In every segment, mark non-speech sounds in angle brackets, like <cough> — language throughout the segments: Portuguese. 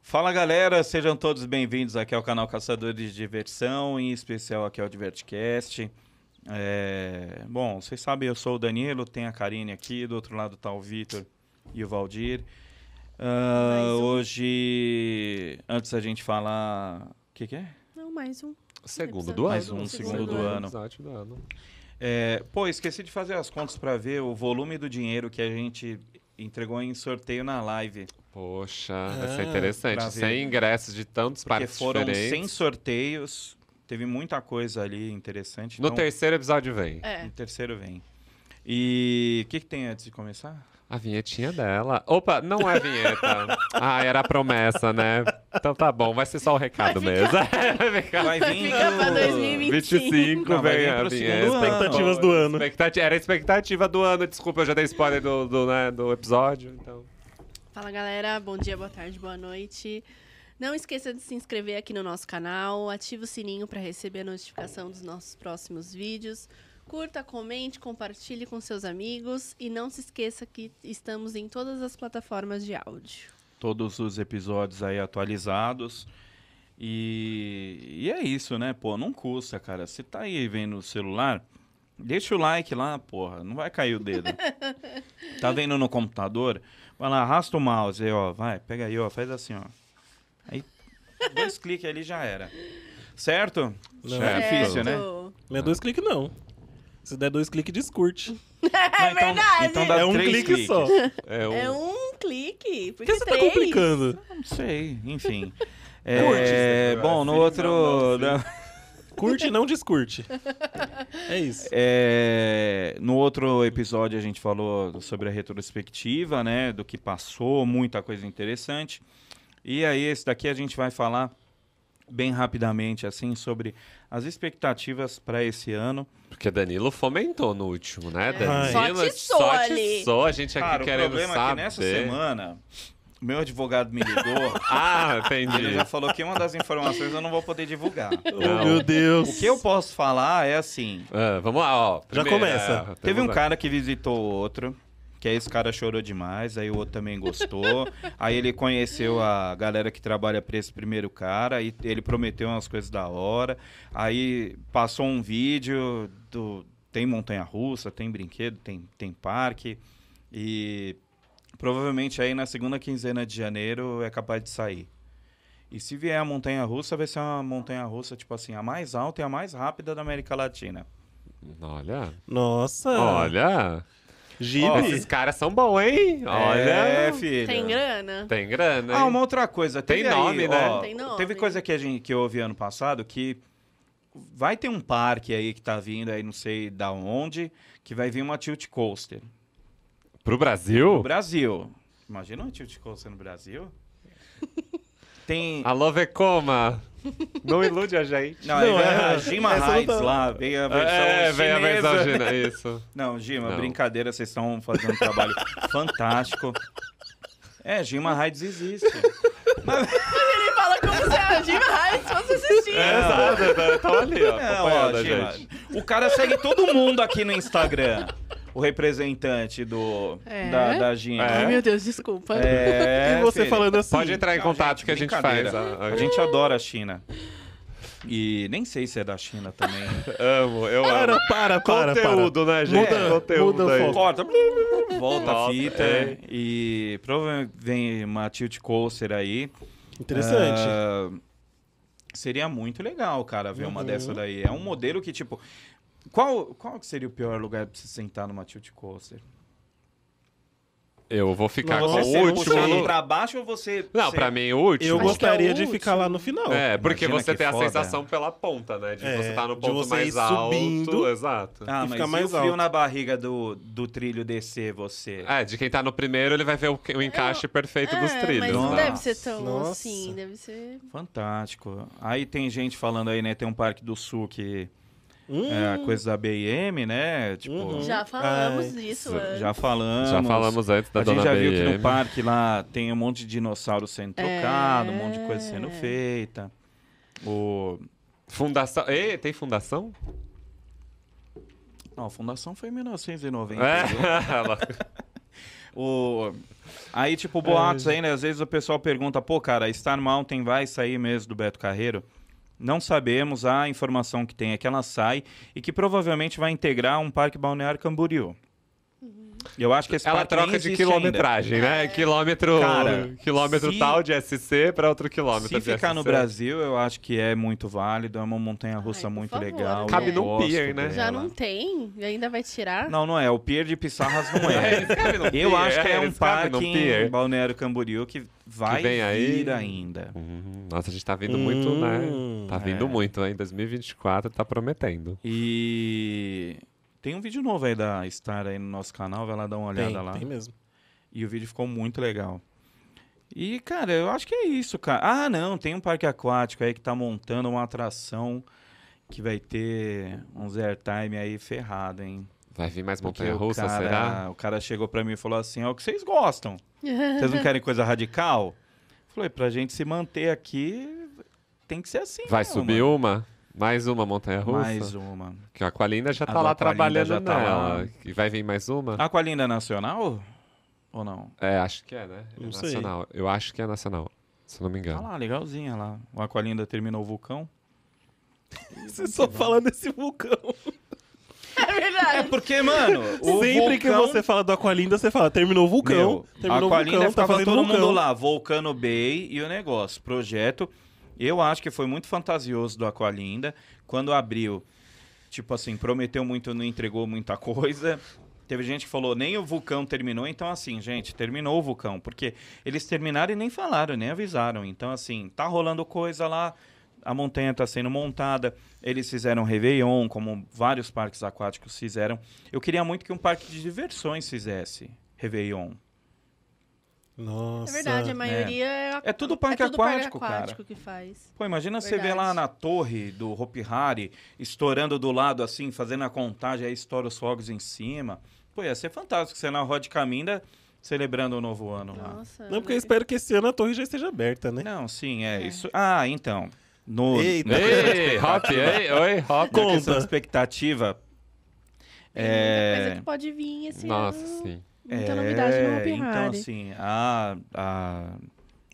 Fala galera, sejam todos bem-vindos aqui ao canal Caçadores de Diversão, em especial aqui ao Divertcast. É, Bom, vocês sabem, eu sou o Danilo, tem a Karine aqui, do outro lado tá o Vitor e o Valdir. Ah, Mais um. Hoje, antes da gente falar. O que, que é? Não, mais um. Segundo Episódio. do ano. Mais um segundo do ano. Episódio do ano. É, Pô, esqueci de fazer as contas para ver o volume do dinheiro que a gente entregou em sorteio na live. Poxa, vai ser Ah, pra interessante. ver. 100 ingressos de tantos Porque parques foram diferentes. 100 sorteios, teve muita coisa ali interessante. No então, terceiro episódio vem. É. no terceiro vem. E o que, que tem antes de <laughs> começar? A vinhetinha dela. Opa, não é a <laughs> vinheta. ah, era a promessa, né? Então tá bom, vai ser só o recado Vai mesmo. <laughs> Vai ficar- <laughs> Vai vir Fica do- pra 2025. 25 Não, vai vem vir a pro vinheta. segundo ano. Expectativas do ano. Expectati- Era a expectativa do ano, desculpa, eu já dei spoiler do, do, né, do episódio. Então. Fala galera, bom dia, boa tarde, boa noite. Não esqueça de se inscrever aqui no nosso canal, ativa o sininho para receber a notificação dos nossos próximos vídeos. Curta, comente, compartilhe com seus amigos e não se esqueça que estamos em todas as plataformas de áudio. Todos os episódios aí atualizados. E, e é isso, né? Pô, não custa, cara. Você tá aí vendo o celular, deixa o like lá, porra. Não vai cair o <laughs> dedo. tá vendo no computador? Vai lá, arrasta o mouse aí, ó. Vai, pega aí, ó. Faz assim, ó. Aí, dois cliques ali já era. Certo? Não. É difícil, né? Certo. Não é dois cliques, não. Se der dois cliques, descurte. É verdade. Então dá é um três clique cliques. <laughs> só. É um... É um clique. Por Porque que você tá três? complicando? Não sei, <laughs> enfim. Curte É, esse bom, no filme, outro. não, não, não- Curte e não descurte. <laughs> É isso. É, no outro episódio a gente falou sobre a retrospectiva, né? Do que passou, muita coisa interessante. E aí, esse daqui a gente vai falar bem rapidamente, assim, sobre as expectativas para esse ano. Porque Danilo fomentou no último, né, Ai. Danilo? Só atiçou ali. atiçou, a gente aqui É. Cara, o querendo problema saber. é que nessa semana, meu advogado me ligou. Ah, e ele entendi. já falou que uma das informações eu não vou poder divulgar. Oh, Não. meu O Deus. que eu posso falar é assim: Ah, vamos lá, ó. Já começa. temos Teve um a- cara que visitou o outro, que aí esse cara chorou demais, aí o outro também gostou. aí ele conheceu a galera que trabalha pra esse primeiro cara, e ele prometeu umas coisas da hora. Aí passou um vídeo do. Tem montanha russa, tem brinquedo, tem, tem parque. E provavelmente aí na segunda quinzena de janeiro é capaz de sair. E se vier a montanha russa, vai ser uma montanha russa, tipo assim, a mais alta e a mais rápida da América Latina. Olha, Nossa. Ah. olha. Jeep. Ó, Esses caras são bons, hein? Olha. é, filho. Tem grana? Tem grana, hein? Ah, uma outra coisa. né? Tem teve aí, nome, né? ó, Tem nome. Teve coisa que, a gente, que eu ouvi ano passado que vai ter um parque aí que tá vindo aí, não sei da onde, que vai vir uma tilt coaster. Pro No Brasil? Brasil. Imagina uma tilt coaster no <laughs> Brasil? Tem... Alô, Vecoma. Não ilude a gente. Não, Não, aí vai é- a Gima essa não Heights tá- lá, vem a versão é, chinesa. vem a versão chinesa. Isso. Não, Gima, Não. brincadeira, vocês estão fazendo um <laughs> trabalho fantástico. É, Gima Heights existe. Ele fala como é, se a Jim Rice fosse assistir. É, exato. tá- Tá ali, ó. Não, É, ó, Acompanhando a Gima, gente. O cara segue todo mundo aqui no Instagram. O representante do É? da, da Gima. Ai, meu Deus, desculpa. É, e você filho. falando assim. Pode entrar em Não, contato gente, que a gente brincadeira. faz. né? A, A gente adora a China. E nem sei se é da China também. Amo, eu Para, amo. para, para. Conteúdo, né, gente? Muda- Conteúdo muda o aí. foco. Corta, volta a Volta, fita. é. E provavelmente vem uma tilt coaster aí. para. Interessante. Ah, seria muito legal, cara, ver uma Uhum. dessa daí. É um modelo que, tipo. Qual, qual que seria o pior lugar pra se sentar numa tilt coaster? Eu vou ficar Não, com Você você o ser último. puxado pra baixo ou você. Não, ser- pra mim o último. eu Acho que é gostaria tá o de ficar lá no final. É, porque Imagina você que tem a foda. sensação pela ponta, né? De É, você tá no de ponto você mais ir alto. subindo. Exato. Ah, E mas fica mais mais e o frio alto. na barriga do, do trilho descer você? É, de quem tá no primeiro, ele vai ver o, que- o encaixe perfeito dos É, trilhos. Mas não né? deve ser tão Nossa. assim, deve ser. Fantástico. Aí tem gente falando aí, né? Tem um parque do sul que Hum, é a coisa da BM, né? Tipo, Uhum. já, Já falamos Ai, disso isso- antes. falamos. Já falamos antes da a dona gente já viu que no BM. parque lá tem um monte de dinossauro sendo trocado, um monte de coisa sendo É. feita. O... Fundação. Ê, tem fundação? <laughs> Não, a fundação foi em 1990. É. Ela- O... Aí, tipo, boatos ainda, às vezes o pessoal pergunta, pô, cara, Star Mountain vai sair mesmo do Beto Carreiro? Não sabemos, a informação que tem é que ela sai e que provavelmente vai integrar um parque balneário Camboriú. Uhum. Eu acho que esse Ela parque nem troca de existe ainda. quilometragem, né? Quilômetro, Cara, quilômetro se- tal de SC para outro quilômetro Se de ficar no SC. Brasil, eu acho que é muito válido, é uma montanha-russa Ai, por muito favor, legal. né? eu Cabe num gosto pier, né? Já dela. não tá. tem? E ainda vai tirar? Não, não é. O pier de Pissarras não <laughs> <laughs> É, é. eles cabem no Eu pier, acho que é um eles cabem parque no em pier. Balneário Camboriú que vai Que vem aí. vir ainda. Hum, Nossa, a gente tá vindo muito, Hum, né? Tá vindo é. muito, hein? 2024 tá prometendo. E tem um vídeo novo aí da Star aí no nosso canal, vai lá dar uma olhada Tem, lá. tem mesmo. E o vídeo ficou muito legal. E, cara, eu acho que é isso, cara. Ah, não, tem um parque aquático aí que tá montando uma atração que vai ter uns airtime aí ferrado, hein? Vai vir mais Porque montanha russa, o cara, será? O cara chegou pra mim e falou assim: é o que vocês gostam. Vocês não querem coisa radical? Falei, pra gente se manter aqui, tem que ser assim. Vai mesmo, subir mano." uma? Mais uma montanha Mais russa? uma. Que a Aqualinda já A tá do lá Aqualinda trabalhando já tá nela. lá. E vai vir mais uma? Aqualinda Nacional? Ou não? É, acho que é, né? É Não sei. nacional. Eu acho que é nacional, se eu não me Tá engano. lá, legalzinha lá. O Aqualinda terminou o vulcão. Você só fala desse vulcão. <laughs> É verdade. Porque, mano, Sempre que você fala do Aqualinda, você fala, terminou o vulcão. Meu, terminou o Aqualinda vulcão, tá ficava fazendo todo vulcão. mundo lá, Vulcano Bay e o negócio, projeto. Eu acho que foi muito fantasioso do Aqualinda. Quando abriu, tipo assim, prometeu muito, não entregou muita coisa. Teve gente que falou, nem o vulcão terminou. Então, assim, gente, terminou o vulcão. Porque eles terminaram e nem falaram, nem avisaram. Então, assim, tá rolando coisa lá. A montanha tá sendo montada. Eles fizeram Réveillon, como vários parques aquáticos fizeram. Eu queria muito que um parque de diversões fizesse Réveillon. Nossa. É verdade, a maioria é, É tudo parque é tudo parque aquático, cara. aquático que faz. Pô, imagina você ver Verdade. lá na torre do Hopi Hari, estourando do lado assim, fazendo a contagem, aí estoura os fogos em cima. Pô, ia ser fantástico. Você na Rua de Caminda, celebrando o novo ano lá. Nossa. Não, porque eu espero que esse ano a torre já esteja aberta, né? Não, sim, é, É. isso. Ah, então. No, Eita. na questão de Ei, Hop, ei, oi, Hop. na questão <laughs> Conta. de expectativa. Tem muita É, coisa que pode vir esse Nossa, ano. sim. Muita novidade no Hopi Então, Hari. assim, a, a,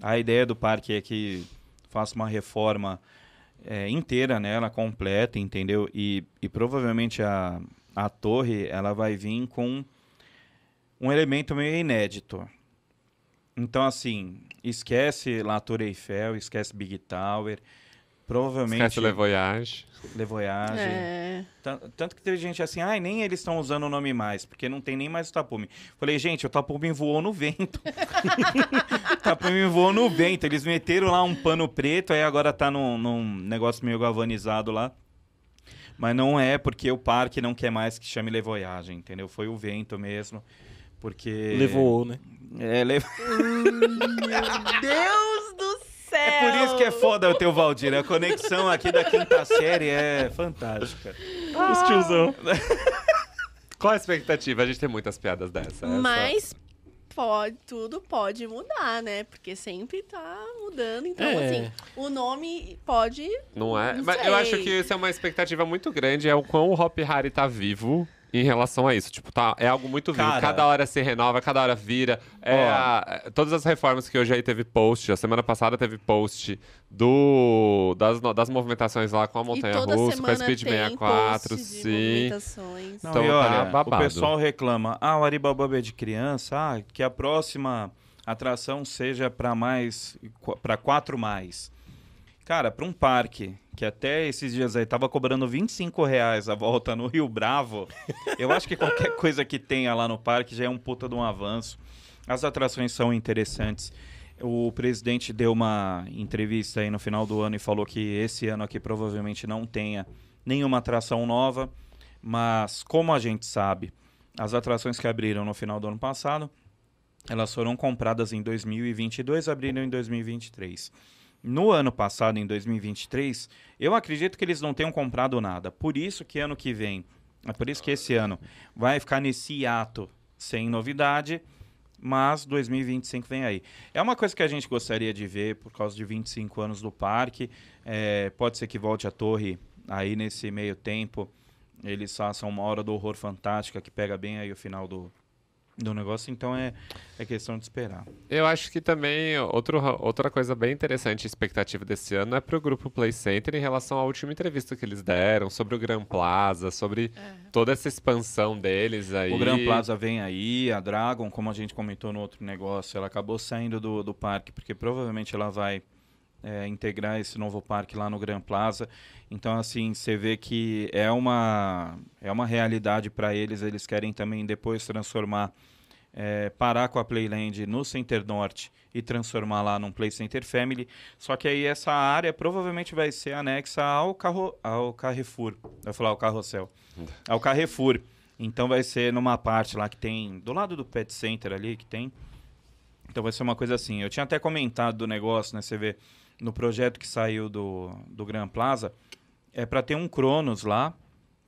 a ideia do parque é que faça uma reforma é, inteira nela, completa, entendeu? E, e provavelmente a, a torre ela vai vir com um elemento meio inédito. Então, assim, esquece lá a Tour Eiffel, esquece Big Tower, provavelmente Esquece Le Voyage. Le Voyage. É. Tan- Tanto que teve gente assim, ai, nem eles estão usando o nome mais, porque não tem nem mais o tapume. Falei, gente, o tapume voou no vento. <laughs> o tapume voou no vento. Eles meteram lá um pano preto, aí agora tá num, num negócio meio galvanizado lá. Mas não é porque o parque não quer mais que chame Levoyagem, entendeu? Foi o vento mesmo. Porque. Levou, né? É, le- <laughs> Meu Deus do céu! é por isso que é foda o teu Valdir. A conexão aqui da quinta série é fantástica. Ah. Os tiozão. Qual a expectativa? A gente tem muitas piadas é, dessa. essa- Mas pode, tudo pode mudar, né? Porque sempre tá mudando. Então, É. assim, o nome pode. Não é? Não Mas eu acho sei. que isso é uma expectativa muito grande. É o quão o Hop Hari tá vivo em relação a isso. Tipo, tá, é algo muito vivo. Cara. cada hora se renova, cada hora vira. É Ó. a- é- todas as reformas que hoje aí teve post. A semana passada teve post do, das, no- das movimentações lá com a e Montanha toda Russa, com a semana Speed tem 64, post de sim. movimentações. Não, Então, e tá olha, babado. o pessoal reclama, ah, o Aribabuba é de criança, ah, que a próxima atração seja para mais, para quatro mais. Cara, para um parque que até esses dias aí tava cobrando 25 reais a volta no Rio Bravo, <laughs> eu acho que qualquer coisa que tenha lá no parque já é um puta de um avanço. As atrações são interessantes. O presidente deu uma entrevista aí no final do ano e falou que esse ano aqui provavelmente não tenha nenhuma atração nova, mas como a gente sabe, as atrações que abriram no final do ano passado, elas foram compradas em 2022, abriram em 2023. No ano passado, em 2023, eu acredito que eles não tenham comprado nada. Por isso que ano que vem, é por isso que esse ano vai ficar nesse hiato sem novidade, mas 2025 vem aí. É uma coisa que a gente gostaria de ver por causa de 25 anos do parque. É, pode ser que volte a torre aí nesse meio tempo. Eles façam uma hora do horror fantástica que pega bem aí o final do, do negócio, então é, é questão de esperar. Eu acho que também outro, outra coisa bem interessante, expectativa desse ano, é pro grupo Play Center em relação à última entrevista que eles deram sobre o Gran Plaza, sobre toda essa expansão deles aí. O Gran Plaza vem aí, a Dragon, como a gente comentou no outro negócio, ela acabou saindo do, do parque, porque provavelmente ela vai é, integrar esse novo parque lá no Gran Plaza. Então, assim, você vê que é uma, é uma realidade para eles. Eles querem também depois transformar, é, parar com a Playland no Center Norte e transformar lá num Play Center Family. Só que aí essa área provavelmente vai ser anexa ao, carro, ao Carrefour. Eu ia falar ao carrossel. Ao Carrefour. Então vai ser numa parte lá que tem. Do lado do Pet Center ali que tem. Então vai ser uma coisa assim. Eu tinha até comentado do negócio, né? Você vê no projeto que saiu do, do Gran Plaza. É para ter um Cronos lá,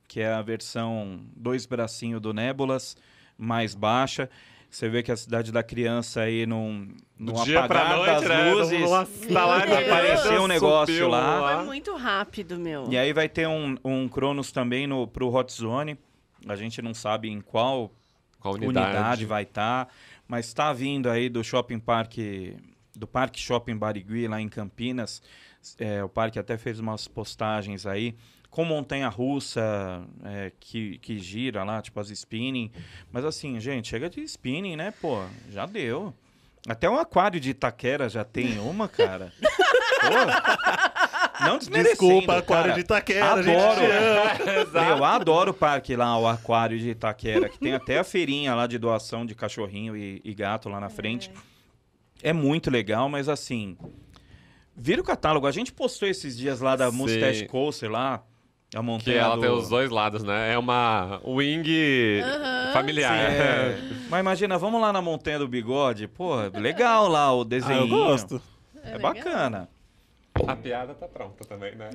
que é a versão dois bracinho do Nébulas, mais baixa. Você vê que a cidade da criança aí num, Do num dia pra Um apagar noite, das né? luzes. Uma estalada de Apareceu um subiu negócio lá. Foi muito rápido, meu. E aí vai ter um, um Cronos também no, pro Hot Zone. A gente não sabe em qual Com a Tipo, unidade, vai estar, mas está vindo aí do Shopping Parque, do Parque Shopping Barigui, lá em Campinas. É, o parque até fez umas postagens aí com montanha-russa é, que, que gira lá, tipo as spinning. Mas assim, gente, chega de spinning, né? Pô, já deu. Até o aquário de Itaquera já tem uma, <laughs> cara. Pô, não desmerecendo, Desculpa, aquário cara. de Itaquera, a gente Adoro. te ama. <laughs> Meu, eu adoro o parque lá, o aquário de Itaquera, que tem até a feirinha lá de doação de cachorrinho e, e gato lá na frente. É. muito legal, mas assim. Vira o catálogo. A gente postou esses dias lá da Sim. Mustache Coast, lá. A Que montanha. ela do... tem os dois lados, né? É uma wing Aham, familiar. É. <laughs> Mas imagina, vamos lá na montanha do bigode. Pô, legal lá o Ah, desenho. eu gosto. É, legal. bacana. A piada tá pronta também, né?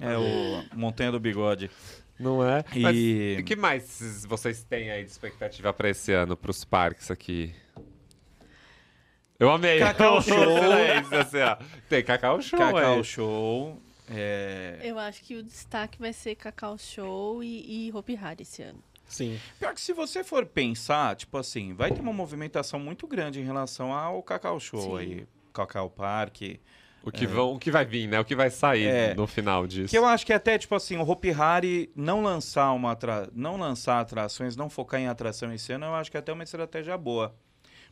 É o Montanha do Bigode. Não é? E- Mas o que mais vocês têm aí de expectativa pra esse ano, pros parques aqui? <laughs> Eu amei. Cacau O Show. silêncio, assim, ó. Tem Cacau Show Cacau aí. Show. É... Eu acho que o destaque vai ser Cacau Show e, e Hopi Hari esse ano. Sim. Pior que se você for pensar, tipo assim, vai ter uma movimentação muito grande em relação ao Cacau Show Sim. aí. Cacau Park. O que, vão, o que vai vir, né? O que vai sair É. no final disso. Que eu acho que até, tipo assim, o Hopi Hari não lançar, uma atra- não lançar atrações, não focar em atração esse ano, eu acho que é até uma estratégia boa.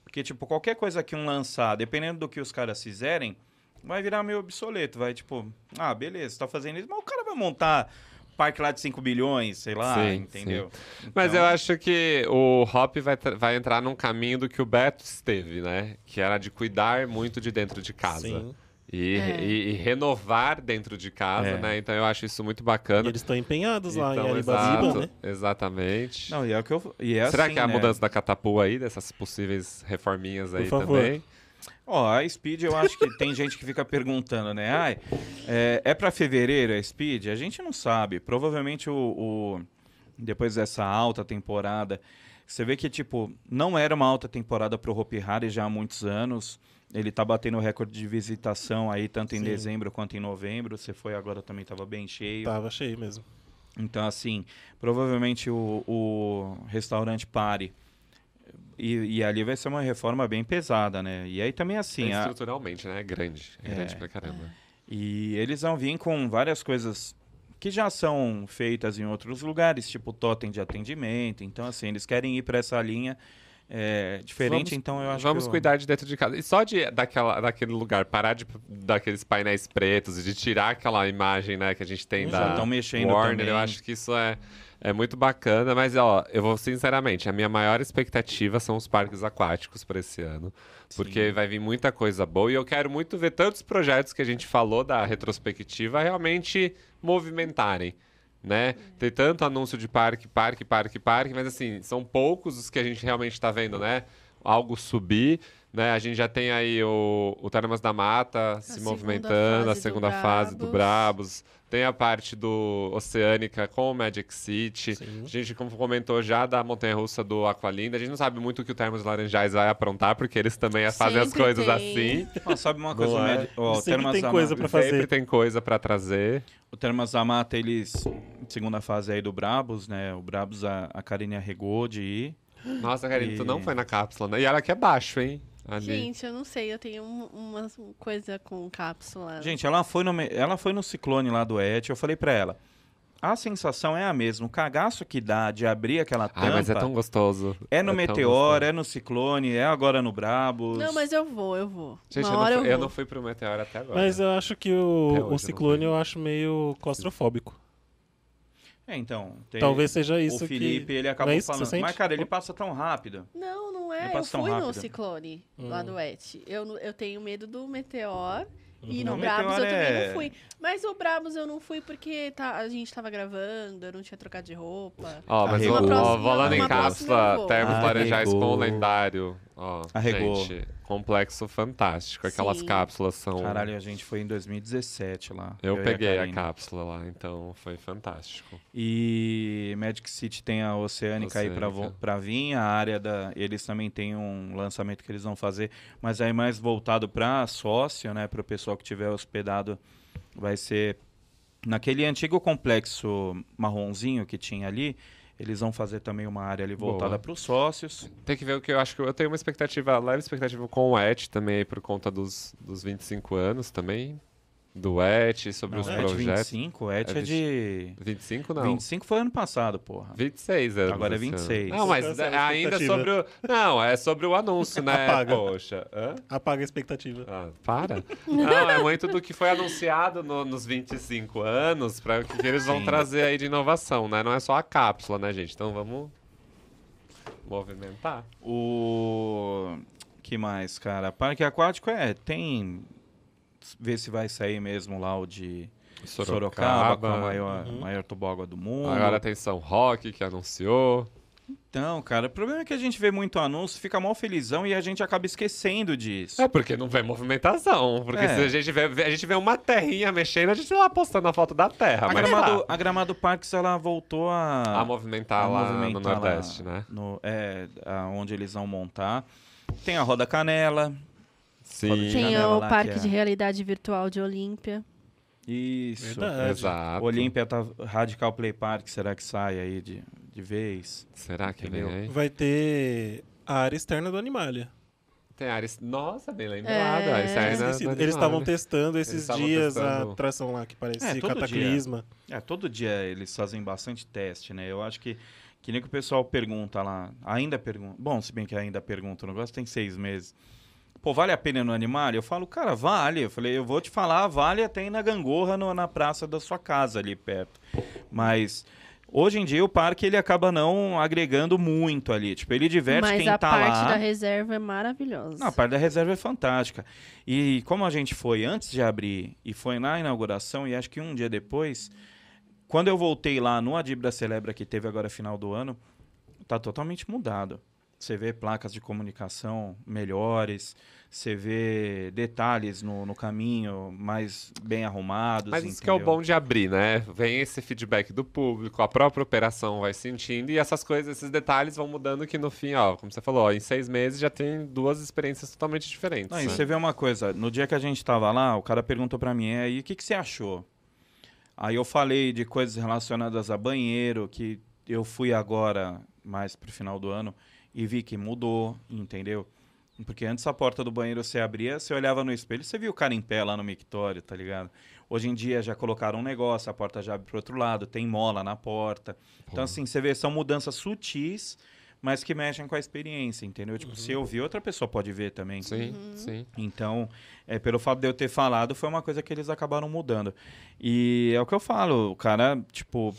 Porque, tipo, qualquer coisa que um lançar, dependendo do que os caras fizerem, vai virar meio obsoleto. Vai, tipo, ah, beleza, tá fazendo isso, mas o cara vai montar parque lá de 5 bilhões, sei lá, Sim, entendeu? Mas Então- eu acho que o Hop vai, tra- vai entrar num caminho do que o Beto esteve, né? Que era de cuidar muito de dentro de casa. Sim. E, É. e- e renovar dentro de casa, É. né? Então eu acho isso muito E bacana. eles estão empenhados lá Então, em exato, Aribaziba, né? Exatamente. Não, e é o que eu. e é Será assim, que a né? mudança da catapua aí, dessas possíveis reforminhas aí favor. também? Ó, a Speed, eu acho que tem gente que fica perguntando, né? Ai, é, é para fevereiro a Speed? A gente não sabe. Provavelmente o, o- depois dessa alta temporada, você vê que tipo não era uma alta temporada pro Hopi Hari já há muitos anos. Ele tá batendo recorde de visitação aí tanto em Sim. dezembro quanto em novembro. Você foi agora também tava bem cheio. Tava cheio mesmo. Então, assim, provavelmente o, o restaurante pare. E, e ali vai ser uma reforma bem pesada, né? E aí também, assim, a- Estruturalmente, né? É grande. É grande pra caramba. e eles vão vir com várias coisas que já são feitas em outros lugares, tipo totem de atendimento. Então, assim, eles querem ir para essa linha é, diferente. Vamos- então, eu acho Vamos que eu- cuidar de dentro de casa. E só de daquela, daquele lugar, parar de daqueles painéis pretos e de tirar aquela imagem, né, que a gente tem Eles da já tão mexendo Warner, também. eu acho que isso é, é muito bacana, mas ó, eu vou sinceramente, a minha maior expectativa são os parques aquáticos para esse ano, porque vai vir muita coisa boa e eu quero muito ver tantos projetos que a gente falou da retrospectiva realmente movimentarem. Né? Tem tanto anúncio de parque, parque, parque, parque, mas assim, são poucos os que a gente realmente está vendo, né? algo subir. Né? A gente já tem aí o, o Termas da Mata se segunda movimentando, a fase do segunda fase do Brabus. Brabus. Tem a parte do Oceânica com o Magic City. Sim. A gente, como comentou já, da Montanha Russa do Aqualinda. A gente não sabe muito o que o Termas Laranjais vai aprontar, porque eles também fazem as Sempre coisas tem. assim. Ó, sabe <laughs> uma coisa? Não é? média? Ó, o Sempre Termas tem da coisa Mata- pra Sempre fazer. tem coisa pra trazer. O Termas da Mata, eles. Segunda fase aí do Brabus, né? O Brabus, a, a Karine arregou de ir. Nossa, Karine, tu não E- foi na cápsula, né? E olha que é baixo, hein? Ali. Gente, eu não sei, eu tenho um- uma coisa com cápsula. Gente, ela foi, no, me- ela foi no ciclone lá do Et, eu falei pra ela. A sensação é a mesma. O cagaço que dá de abrir aquela tampa Ai, mas é tão gostoso. é no tão meteoro, é no ciclone, é agora no Brabos. Não, mas eu vou, eu vou. gostoso. Gente, uma eu, hora não fui, eu eu não vou. fui pro meteoro até agora. Mas eu acho que Até hoje o, eu o não ciclone vi. eu acho meio claustrofóbico. É, então. tem- Talvez seja isso O Felipe, que... ele acabou é isso que você falando. sente? Mas, cara, ele passa tão rápido. Não, não Não é. Eu passa tão fui no rápido. Hum. ciclone lá do Et. Eu, não- eu tenho medo do meteor. E Uhum. Não, no o Brabos eu Meteor também é- não fui. Mas o Brabos eu não fui porque tá- a gente tava gravando, eu não tinha trocado de roupa. Ó, mas Arregou. ó, Uma ó, próxima- falando em uma próxima eu cápsula, vou. termos Arregou. laranjais com lendário. Ó, Arregou. gente, complexo fantástico. Aquelas Sim. cápsulas são... Caralho, a gente foi em 2017 lá. Eu e peguei a Karine. cápsula lá, então foi fantástico. E Magic City tem a Oceânica, aí pra, vo- Oceânica. pra vir. A área da. Eles também têm um lançamento que eles vão fazer, mas aí mais voltado pra sócio, né? Pro pessoal que tiver hospedado. Vai ser. Naquele antigo complexo marronzinho que tinha ali, eles vão fazer também uma área ali Boa. voltada para os sócios. Tem que ver o que eu acho que eu tenho uma expectativa, leve expectativa com o Et também, aí por conta dos, dos 25 anos também. Do Et, sobre Não, os é de projetos. 25, é, É é de. 25 não. 25 foi ano passado, porra. 26 anos. Agora é esse ano. 26. Não, mas Cancela é a ainda expectativa. sobre o. Não, é sobre o anúncio, né? <laughs> Apaga. Poxa. Hã? Apaga a expectativa. Ah, para. Não, é muito do que foi anunciado no- nos 25 anos para o que, que eles vão Sim. trazer aí de inovação, né? Não é só a cápsula, né, gente? Então vamos movimentar. O que mais, cara? Parque aquático é, tem ver se vai sair mesmo lá o de Sorocaba, com a maior, maior tobogã do mundo. uhum. Agora tá tem São Roque que anunciou. Então, cara, o problema é que a gente vê muito anúncio, fica mal felizão e a gente acaba esquecendo disso. É porque não vê movimentação. Porque É. se a gente vê, vê- a gente vê uma terrinha mexendo, a gente tá lá postando a foto da terra. A mas Gramado, tá. a Gramado Parques, ela voltou a... a movimentar Ah. a lá movimentar no Nordeste, lá né? no- é, onde eles vão montar. Tem a Roda Canela. Sim. Sim. Tem janela o lá parque que é- de realidade virtual de Olímpia. Isso. Verdade. Exato. Olímpia tá Radical Play Park, será que sai aí de, de vez? Será que vem Entendeu? aí? Vai ter a área externa do Animalia. Tem áreas. Nossa, bem lembrada. É. Essa área Esquecido. na- na Eles estavam Animalia. testando esses né? Eles estavam dias testando. a atração lá que parece É, todo cataclisma. É, todo dia eles fazem bastante teste, né? Eu acho que, que nem que o pessoal pergunta lá, ainda pergunta. Bom, se bem que ainda pergunta, o negócio tem seis meses. Pô, vale a pena no animal? Eu falo, cara, vale. Eu falei, eu vou te falar, vale até ir na gangorra no- na praça da sua casa ali perto. Mas hoje em dia o parque ele acaba não agregando muito ali. Tipo, ele diverte Mas quem a tá parte lá. da reserva é maravilhosa. Não, a parte da reserva é fantástica. E como a gente foi antes de abrir e foi na inauguração, e acho que um dia depois, quando eu voltei lá no Adibra Celebra, que teve agora final do ano, tá totalmente mudado. Você vê placas de comunicação melhores, você vê detalhes no, no caminho mais bem arrumados. Mas isso que é o entendeu? bom de abrir, né? Vem esse feedback do público, a própria operação vai sentindo e essas coisas, esses detalhes vão mudando que no fim, ó, como você falou, ó, em seis meses já tem duas experiências totalmente diferentes. Não, é né? e você vê uma coisa, no dia que a gente tava lá, o cara perguntou pra mim, "E aí, o que, que você achou? Aí eu falei de coisas relacionadas a banheiro, que eu fui agora, mais pro final do ano, e vi que mudou, entendeu? Porque antes a porta do banheiro você abria, você olhava no espelho, você via o cara em pé lá no mictório, tá ligado? Hoje em dia já colocaram um negócio, a porta já abre pro outro lado, tem mola na porta. Então, assim, você vê, são mudanças sutis, mas que mexem com a experiência, entendeu? Tipo, se eu vi, outra pessoa pode ver também. Sim, sim. Então, é, pelo fato de eu ter falado, foi uma coisa que eles acabaram mudando. E é o que eu falo, o cara, tipo.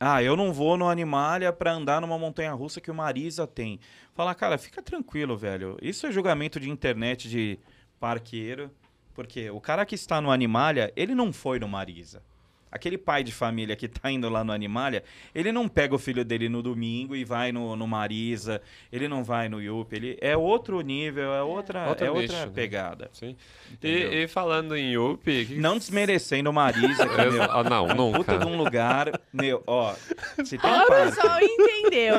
Ah, eu não vou no Animalia pra andar numa montanha russa que o Marisa tem. Falar, cara, fica tranquilo, velho. Isso é julgamento de internet de parqueiro. Porque o cara que está no Animalia, ele não foi no Marisa. Aquele pai de família que tá indo lá no Animalia, ele não pega o filho dele no domingo e vai no, no Marisa, ele não vai no Yup, ele é outro nível, é outra, Outro é nicho, outra né? pegada. sim. E, Entendeu? e falando em UP. que- Não desmerecendo o Marisa, que é Exa- meu, ah, não, puta de nunca. um lugar, meu, ó, se tem Ó, um o parque- pessoal entendeu.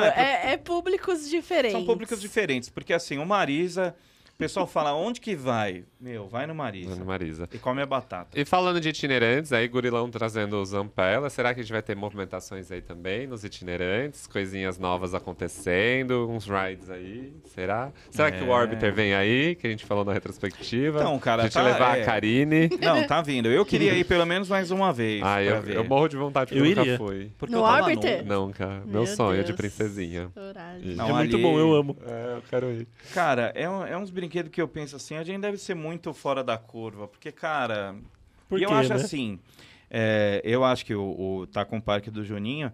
<laughs> Não, é porque- é, é públicos diferentes. São públicos diferentes, porque assim, o Marisa O pessoal fala, onde que vai? Meu, vai no Marisa. Ana Marisa. E come a batata. E falando de itinerantes, aí Gurilão trazendo os Ampela, será que a gente vai ter movimentações aí também nos itinerantes? Coisinhas novas acontecendo, uns rides aí, será? Será que o É. Orbiter vem aí, que a gente falou na retrospectiva? Então, cara, A gente tá- levar é. a Karine. Não, tá vindo. Eu queria ir pelo menos mais uma vez. Ah, pra eu, ver. eu morro de vontade, porque Eu eu nunca iria. fui. Porque No eu tava Orbiter? novo. Nunca. Meu, sonho é de Deus. princesinha. Coragem. Não, é muito ali- bom, eu amo. É, eu quero ir. Cara, é, um, é uns brinquedos que eu penso assim, a gente deve ser muito fora da curva, porque, cara, Por e eu quê, acho né? assim, é, eu acho que o, o tá com o Parque do Juninho,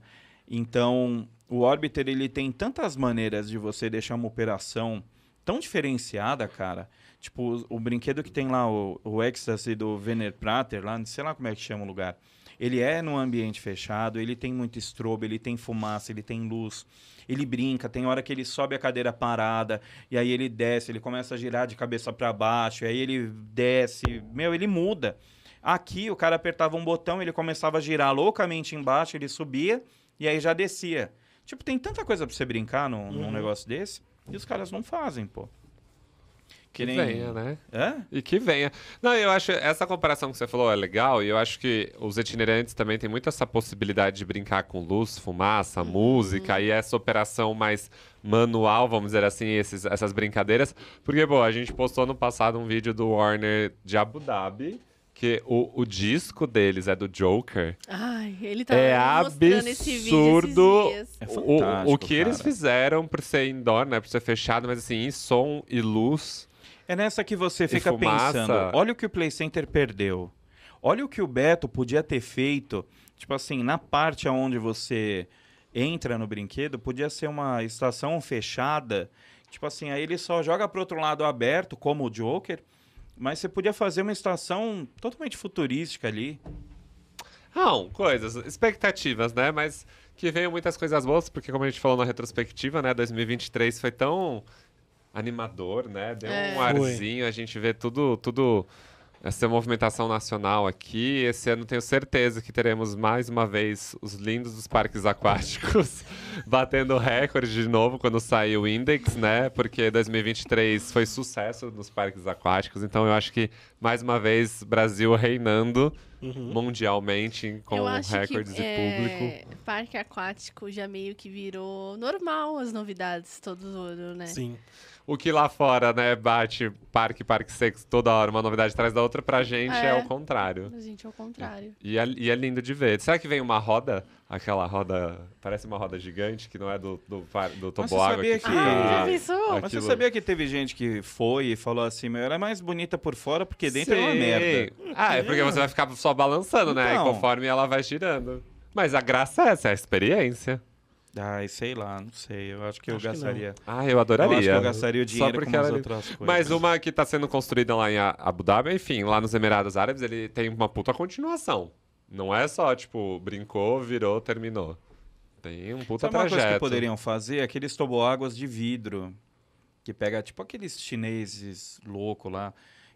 então o Orbiter ele tem tantas maneiras de você deixar uma operação tão diferenciada, cara. Tipo, o, o brinquedo que tem lá, o, o Ecstasy do Werner Prater, lá, sei lá como é que chama o lugar. Ele é num ambiente fechado, ele tem muito estrobo, ele tem fumaça, ele tem luz, ele brinca, tem hora que ele sobe a cadeira parada, e aí ele desce, ele começa a girar de cabeça para baixo, e aí ele desce, meu, ele muda. Aqui o cara apertava um botão, ele começava a girar loucamente embaixo, ele subia e aí já descia. Tipo, tem tanta coisa pra você brincar num, num Uhum. negócio desse e os caras não fazem, pô. Que nem- venha, né? Hã? E que venha. Não, eu acho essa comparação que você falou é legal e eu acho que os itinerantes também têm muito essa possibilidade de brincar com luz, fumaça, Uhum. música e essa operação mais manual, vamos dizer assim, esses- essas brincadeiras. Porque, pô, a gente postou no passado um vídeo do Warner de Abu Dhabi. Que o, o disco deles é do Joker. Ai, ele tá é mostrando esse vídeo esses absurdo dias. É o, o- o que fantástico, eles cara. fizeram por ser indoor, né? Por ser fechado, mas assim, em som e luz. É nessa que você fica fumaça. pensando, olha o que o Play Center perdeu. Olha o que o Beto podia ter feito, tipo assim, na parte onde você entra no brinquedo, podia ser uma estação fechada, tipo assim, aí ele só joga pro outro lado aberto, como o Joker, mas você podia fazer uma estação totalmente futurística ali. Não, coisas, expectativas, né? Mas que venham muitas coisas boas, porque como a gente falou na retrospectiva, né? 2023 foi tão animador, né? Deu É. um arzinho, a gente vê tudo, tudo essa movimentação nacional aqui. Esse ano tenho certeza que teremos mais uma vez os lindos dos parques aquáticos <laughs> batendo recorde de novo quando sair o Index, né? Porque 2023 foi sucesso nos parques aquáticos, então eu acho que mais uma vez Brasil reinando mundialmente com Eu acho recordes que, de público. é, Parque aquático já meio que virou normal as novidades todo ano, né? Sim. O que lá fora, né, bate parque, parque seco toda hora, uma novidade atrás da outra, pra gente é, É. o contrário. A gente é o contrário. E é, e é lindo de ver. Será que vem uma roda? Aquela roda. Parece uma roda gigante que não é do, do, par- do toboágua. sabia que- Ah, Ah, já pensou? aqui Mas você aquilo- sabia que teve gente que foi e falou assim, meu, ela é mais bonita por fora, porque dentro é uma Sim. merda. Ah, é porque você vai ficar só balançando, né? Então. E conforme ela vai girando. Mas a graça é essa, é a experiência. Ai, sei lá, não sei, eu acho que Acho eu que não. gastaria... Ah, eu Eu adoraria. acho que eu gastaria o Só dinheiro porque com umas ela- é outras coisas. Mas uma que tá sendo construída lá em A- Abu Dhabi, enfim, lá nos Emirados Árabes, ele tem uma puta continuação. Não é só, tipo, brincou, virou, terminou. Tem um puta Sabe uma coisa trajeto. que poderiam fazer? É Aqueles toboáguas de vidro. Que pega, tipo, aqueles chineses louco lá.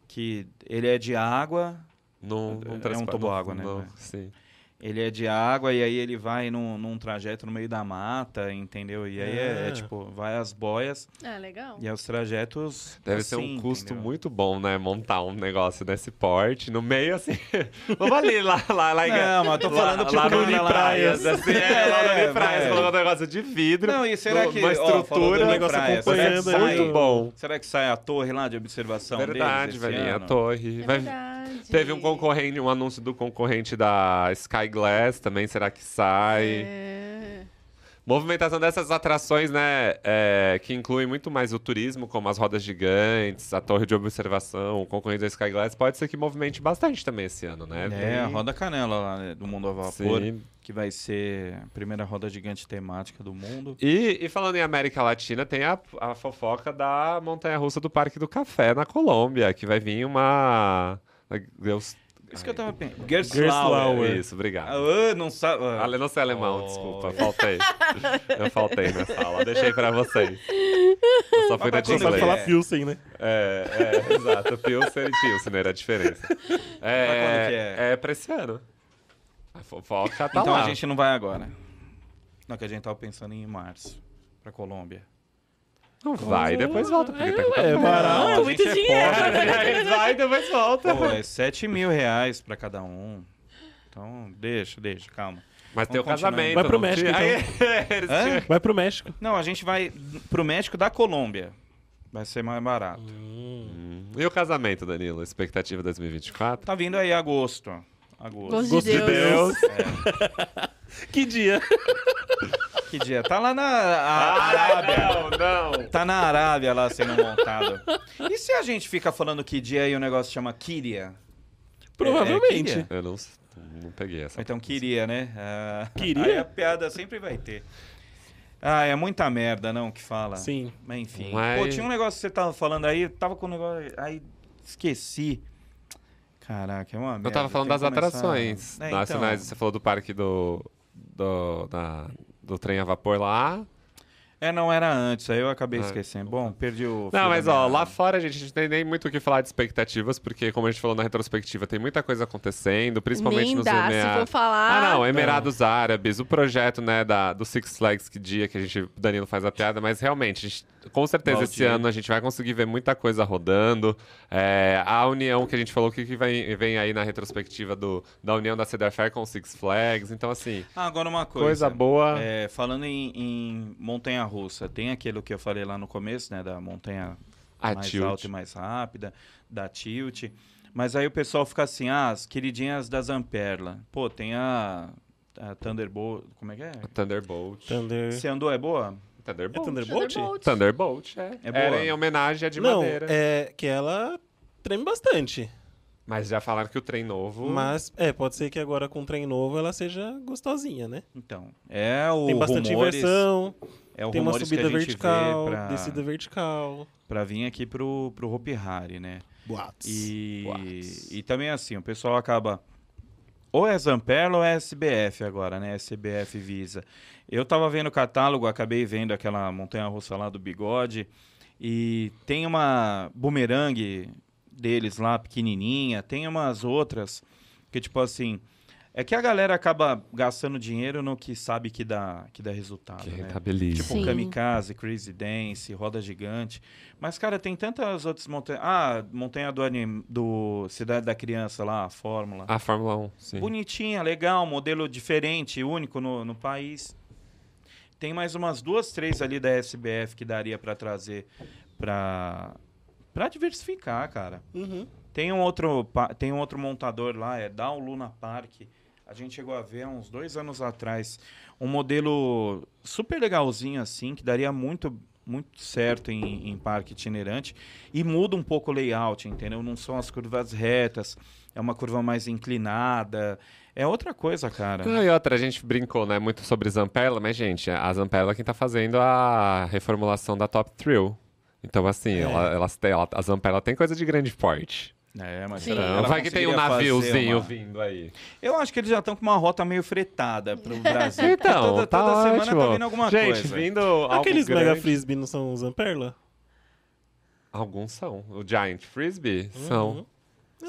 Que ele é de água, Não, É um não transpa- toboágua, né? não- É. sim. ele é de água e aí ele vai num, num trajeto no meio da mata, entendeu? E aí é, Ah. é, tipo, vai as boias Ah, legal. e é os trajetos. Deve ser um assim, custo entendeu? muito bom, né? Montar um negócio desse porte, no meio, assim... <laughs> Vamos ali, lá, lá, lá em... Não, mas tô lá- falando pro lá no cara lá. Unipraias, assim, é, lá no É, Unipraias, vai. colocou um negócio de vidro, Não, e será no- que. uma ó, falou do estrutura, um negócio Unipraias, será que acompanhando sai- aí. muito bom. Será que sai a torre lá de observação Verdade, deles? esse velhinha, a ano? torre. É Vai- verdade. Teve um concorrente, um anúncio do concorrente da Sky Glass também, será que sai? É. Movimentação dessas atrações, né, é, que inclui muito mais o turismo, como as rodas gigantes, a torre de observação, o concorrente da Sky Glass, pode ser que movimente bastante também esse ano, né? assim. É, a roda canela lá né, do Mundo a Vapor. Sim. que vai ser a primeira roda gigante temática do mundo. E, e falando em América Latina, tem a, a fofoca da montanha-russa do Parque do Café, na Colômbia, que vai vir uma... Deus... Isso que eu Ai. tava pensando. Gerslauer. Isso, Tá obrigado. Ah, não sabe. ah. Ale, não sei alemão, Oh. desculpa, faltei. Eu faltei nessa aula, deixei pra vocês. Eu Mas só fui na pra de quando Não inglês. sabe É. falar Pilsen, né? É, é, exato. Pilsen e Pilsen né? era a diferença. quando que É, é? é pra esse ano. A fofoca tá Então lá. a gente não vai agora. Não, que a gente tava pensando em março, pra Colômbia. Não vai, depois volta. Porque tá <laughs> É, com barato. Não, é a muito gente é dinheiro. É, vai, depois volta. Pô, é 7 mil reais pra cada um. Então, deixa, deixa, calma. Mas tem o Vamos continuar. casamento. É, Vai pro não México, então. tira- <laughs> Hã? Aí, Vai pro México. Não, a gente vai pro México da Colômbia. Vai ser mais barato. E o casamento, Danilo? Expectativa 2024? Tá vindo aí agosto. ó. Agosto. Gosto Gosto de de Deus. Deus. Que dia. Que dia? Tá lá na a- Arábia. Ah, não. Tá na Arábia lá sendo montado. E se a gente fica falando que dia aí o negócio chama Kiria? <laughs> Provavelmente. queria. Eu não, s- não peguei essa. Ou É. então queria, né? Ah, Queria? Aí a piada sempre vai ter. Ah, é muita merda, não, que fala. Sim. Mas enfim. Mas- Pô, tinha um negócio que você tava falando aí, tava com um negócio. Aí esqueci. Caraca, é uma merda. Eu tava falando tem das que começar- atrações É, nacionais. então. Você falou do parque do. do, da- do trem a vapor lá. É, não era antes, aí eu acabei Ah, esquecendo. Bom, perdi o. fio Não, da mas ó, meada. lá fora, gente, a gente não tem nem muito o que falar de expectativas, porque, como a gente falou na retrospectiva, tem muita coisa acontecendo, principalmente Nem nos dá, se EMEA. for falar. Ah, não, Emirados Árabes, o projeto, né, da, do Six Flags, que dia que a gente, o Danilo faz a piada, mas realmente, a gente- com certeza esse Valdir. ano a gente vai conseguir ver muita coisa rodando. É, a união que a gente falou, que, que vem, vem aí na retrospectiva do, da união da Cedar Fair com o Six Flags, então assim, Ah, agora uma coisa, coisa. Ah. boa. É, falando em, em montanha russa, tem aquilo que eu falei lá no começo, né? Da montanha A mais Tilt. alta né? e mais rápida, da tilt. Mas aí o pessoal fica assim, ah, as queridinhas da Zamperla. Pô, tem a, a Thunderbolt. Como é que é? Thunderbolt. Thunder. Você andou, é boa? É Thunderbolt? Thunderbolt? Thunderbolt, é. É boa. Era em homenagem à de Não, madeira. é que ela treme bastante. Mas já falaram que o trem novo. Mas, é, pode ser que agora com o trem novo ela seja gostosinha, né? Então, é o Tem bastante rumores, inversão, é o tem uma rumores que a subida gente vertical, vê pra, descida vertical. pra vir aqui pro, pro Hopi Hari, né? Boatos. E, Boatos. e também assim, o pessoal acaba. Ou é Zamperla ou é SBF agora, né? SBF Visa. Eu tava vendo o catálogo, acabei vendo aquela montanha russa lá do bigode. E tem uma bumerangue deles lá, pequenininha. Tem umas outras que, tipo assim. É que a galera acaba gastando dinheiro no que sabe que dá, que dá resultado. Que né? rentabiliza. Tipo Sim. Kamikaze, Crazy Dance, Roda Gigante. Mas, cara, tem tantas outras montanhas. Ah, montanha do, anim... do Cidade da Criança lá, a Fórmula. A Fórmula 1, Ah, sim. Bonitinha, legal, modelo diferente, único no, no país. Tem mais umas duas, três ali da SBF que daria pra trazer pra para diversificar, cara. Uhum. Tem um outro pa- tem um outro montador lá, é Down Luna Park. A gente chegou a ver há uns dois anos atrás um modelo super legalzinho assim que daria muito muito certo em, em parque itinerante e muda um pouco o layout, entendeu? Não são as curvas retas, é uma curva mais inclinada, é outra coisa, cara. Ah, e outra, a gente brincou, né, muito sobre Zamperla, mas, gente, a Zamperla é quem tá fazendo a reformulação da Top Thrill. Então, assim, É. ela, elas têm- ela- a Zamperla tem coisa de grande porte. É, mas Sim. será Então, ela vai que tem um conseguiria fazer naviozinho uma- vindo aí. Eu acho que eles já estão com uma rota meio fretada <laughs> pro Brasil. porque Então, É, toda, tá toda semana ótimo. tá vindo alguma gente, coisa. vindo algo Aqueles grande... mega frisbee não são Zamperla? Alguns são. O Giant Frisbee são. Uhum.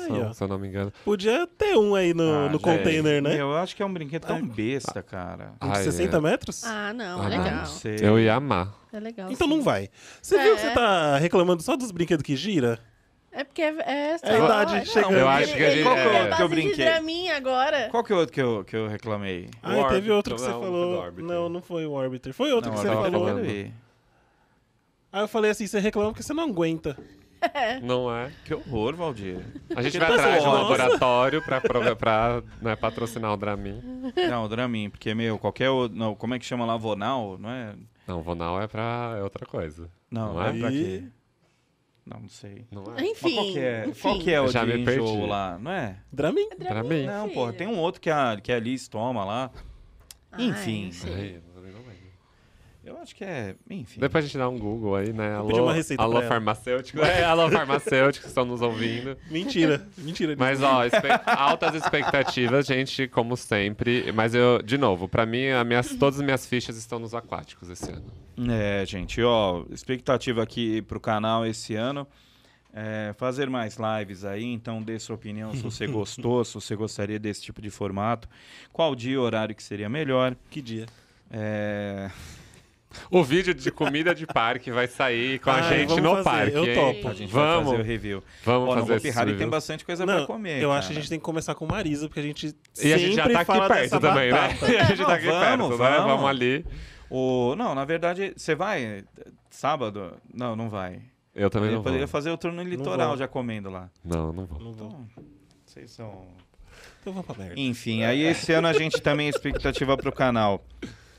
Aí, São, ó. se eu não me engano. Podia ter um aí no, Ah, no gente, container, né? Eu acho que é um brinquedo tão besta, cara. Um de Ai, 60 é. metros? Ah, não, Ah, é não. Ah, legal. Não sei. Eu ia amar. É legal. Então sim. não vai. Você É. viu que você tá reclamando só dos brinquedos que gira? É porque é. É, só- É a idade não, chegando. ele- Eu acho que Ele, a gente- ele, Qual que eu- é que eu base de brinquei? Dramin agora. Qual que é o outro que eu, que eu reclamei? O Ah, teve Orbiter, outro que você não, do falou. Orbiter. Não, não foi o Orbiter. Foi outro que você Orbiter falou. não. Peraí. Aí eu falei assim, você reclama porque você não aguenta. Não é? Que horror, Valdir. A gente vai Tipo assim, Nossa. atrás de um laboratório pra, prove- pra, né, patrocinar o Dramin. Não, o Dramin, porque, meu, qualquer outro... Não, como é que chama lá? Vonal? Não é... Não, Vonal é pra é outra coisa. Não, Não é? é pra quê? Ih. Não, não sei. Não é? Mas Enfim. qual que é, enfim. qual que é o Já de me perdi. enjoo lá? Não é? Dramin. Dramin. Não, filho. porra, tem um outro que a, que a Liz toma lá. Ai, Enfim. não Ah, sei. Ai, eu também não lembro. Eu acho que é... Enfim. Depois a gente dá um Google aí, né? Alô, pedir uma receita alô pra ela. farmacêutico. É, alô farmacêutico que estão nos ouvindo. <laughs> Mentira. Mentira. Mas, ó, espe- altas expectativas, gente, como sempre. Mas eu, de novo, pra mim, a minhas, todas as minhas fichas estão nos aquáticos esse ano. É, gente, ó, expectativa aqui pro canal esse ano é fazer mais lives aí, então dê sua opinião se <laughs> você gostou, se você gostaria desse tipo de formato, qual dia e horário que seria melhor. Que dia. É, O vídeo de comida de parque vai sair com a Ah, gente vamos no fazer, parque. eu hein? topo. A gente vai vamos, fazer o review. vamos Ó, no fazer esse Hopi Hari tem review. bastante coisa é Não, pra comer. eu cara. acho que a gente tem que começar com Marisa, porque a gente E a gente já sempre tá aqui fala perto dessa também, né? batata. <laughs> A gente tá aqui Vamos, perto, né? vamos. Vamos ali. O... Não, na verdade, você vai eh, sábado? Não, não vai. Eu também Ele não poderia vou. fazer o turno litoral vou. já comendo lá. Não, não vou. Não vou. Então, vocês são. Então vamos pra merda. Enfim, aí esse ano a gente também é expectativa pro canal.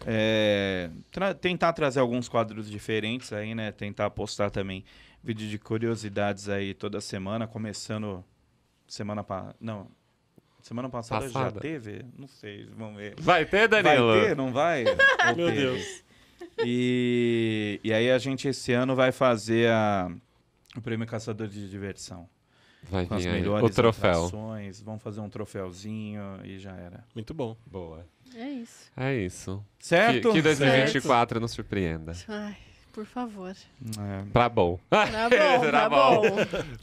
É, tra- tentar trazer alguns quadros diferentes aí, né? Tentar postar também vídeo de curiosidades aí toda semana, começando semana pa... não, semana passada, Passada. já teve, não sei, vamos ver. Vai ter, Danilo? Vai ter, não vai? Então, Ou Meu teve? Deus. E, e aí a gente esse ano vai fazer a- o Prêmio Caçador de Diversão. Vai Com as vir aí. melhores O troféu. atrações, vão fazer um troféuzinho e já era. Muito bom. Boa. É isso. É isso. Que, Certo? que 2024 nos surpreenda. Ai, <laughs> por favor. É. <laughs> Pra bom. Tá bom, tá bom.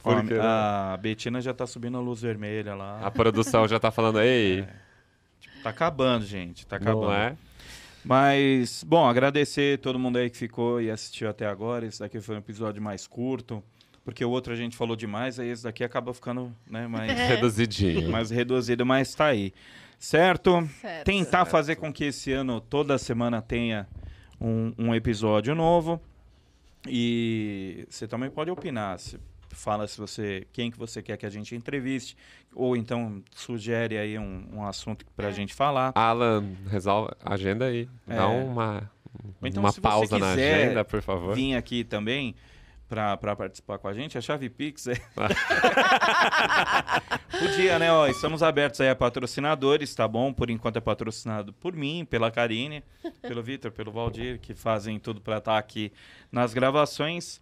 Por Ó, quê, né? a Betina já tá subindo a luz vermelha lá. A produção já tá falando, ei, Tá acabando, gente. Tá acabando. não é? Mas, bom, agradecer todo mundo aí que ficou e assistiu até agora. Esse daqui foi um episódio mais curto, porque o outro a gente falou demais, aí esse daqui acaba ficando né, mais, <laughs> Reduzidinho. mais reduzido, mas tá aí. Certo? Certo. tentar fazer com que esse ano toda semana tenha um, um episódio novo e você também pode opinar se fala se você quem que você quer que a gente entreviste ou então sugere aí um, um assunto É. para a gente falar Alan, resolve a agenda aí. É. Dá uma, Então, uma se você pausa na quiser agenda, por favor. vir aqui também para participar com a gente a chave Pix é Ah. <laughs> podia né ó estamos abertos aí a patrocinadores tá bom por enquanto é patrocinado por mim pela Karine pelo Vitor pelo Valdir que fazem tudo para estar aqui nas gravações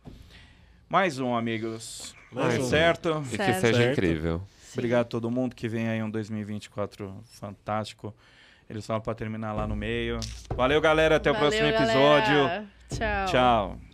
mais um amigos Mais um. certo E que Certo. seja Certo. incrível. Obrigado a todo mundo que vem aí um 2024 fantástico. Eles falam para terminar lá no meio. Valeu, galera. Até o Valeu, próximo episódio. galera. Tchau. Tchau.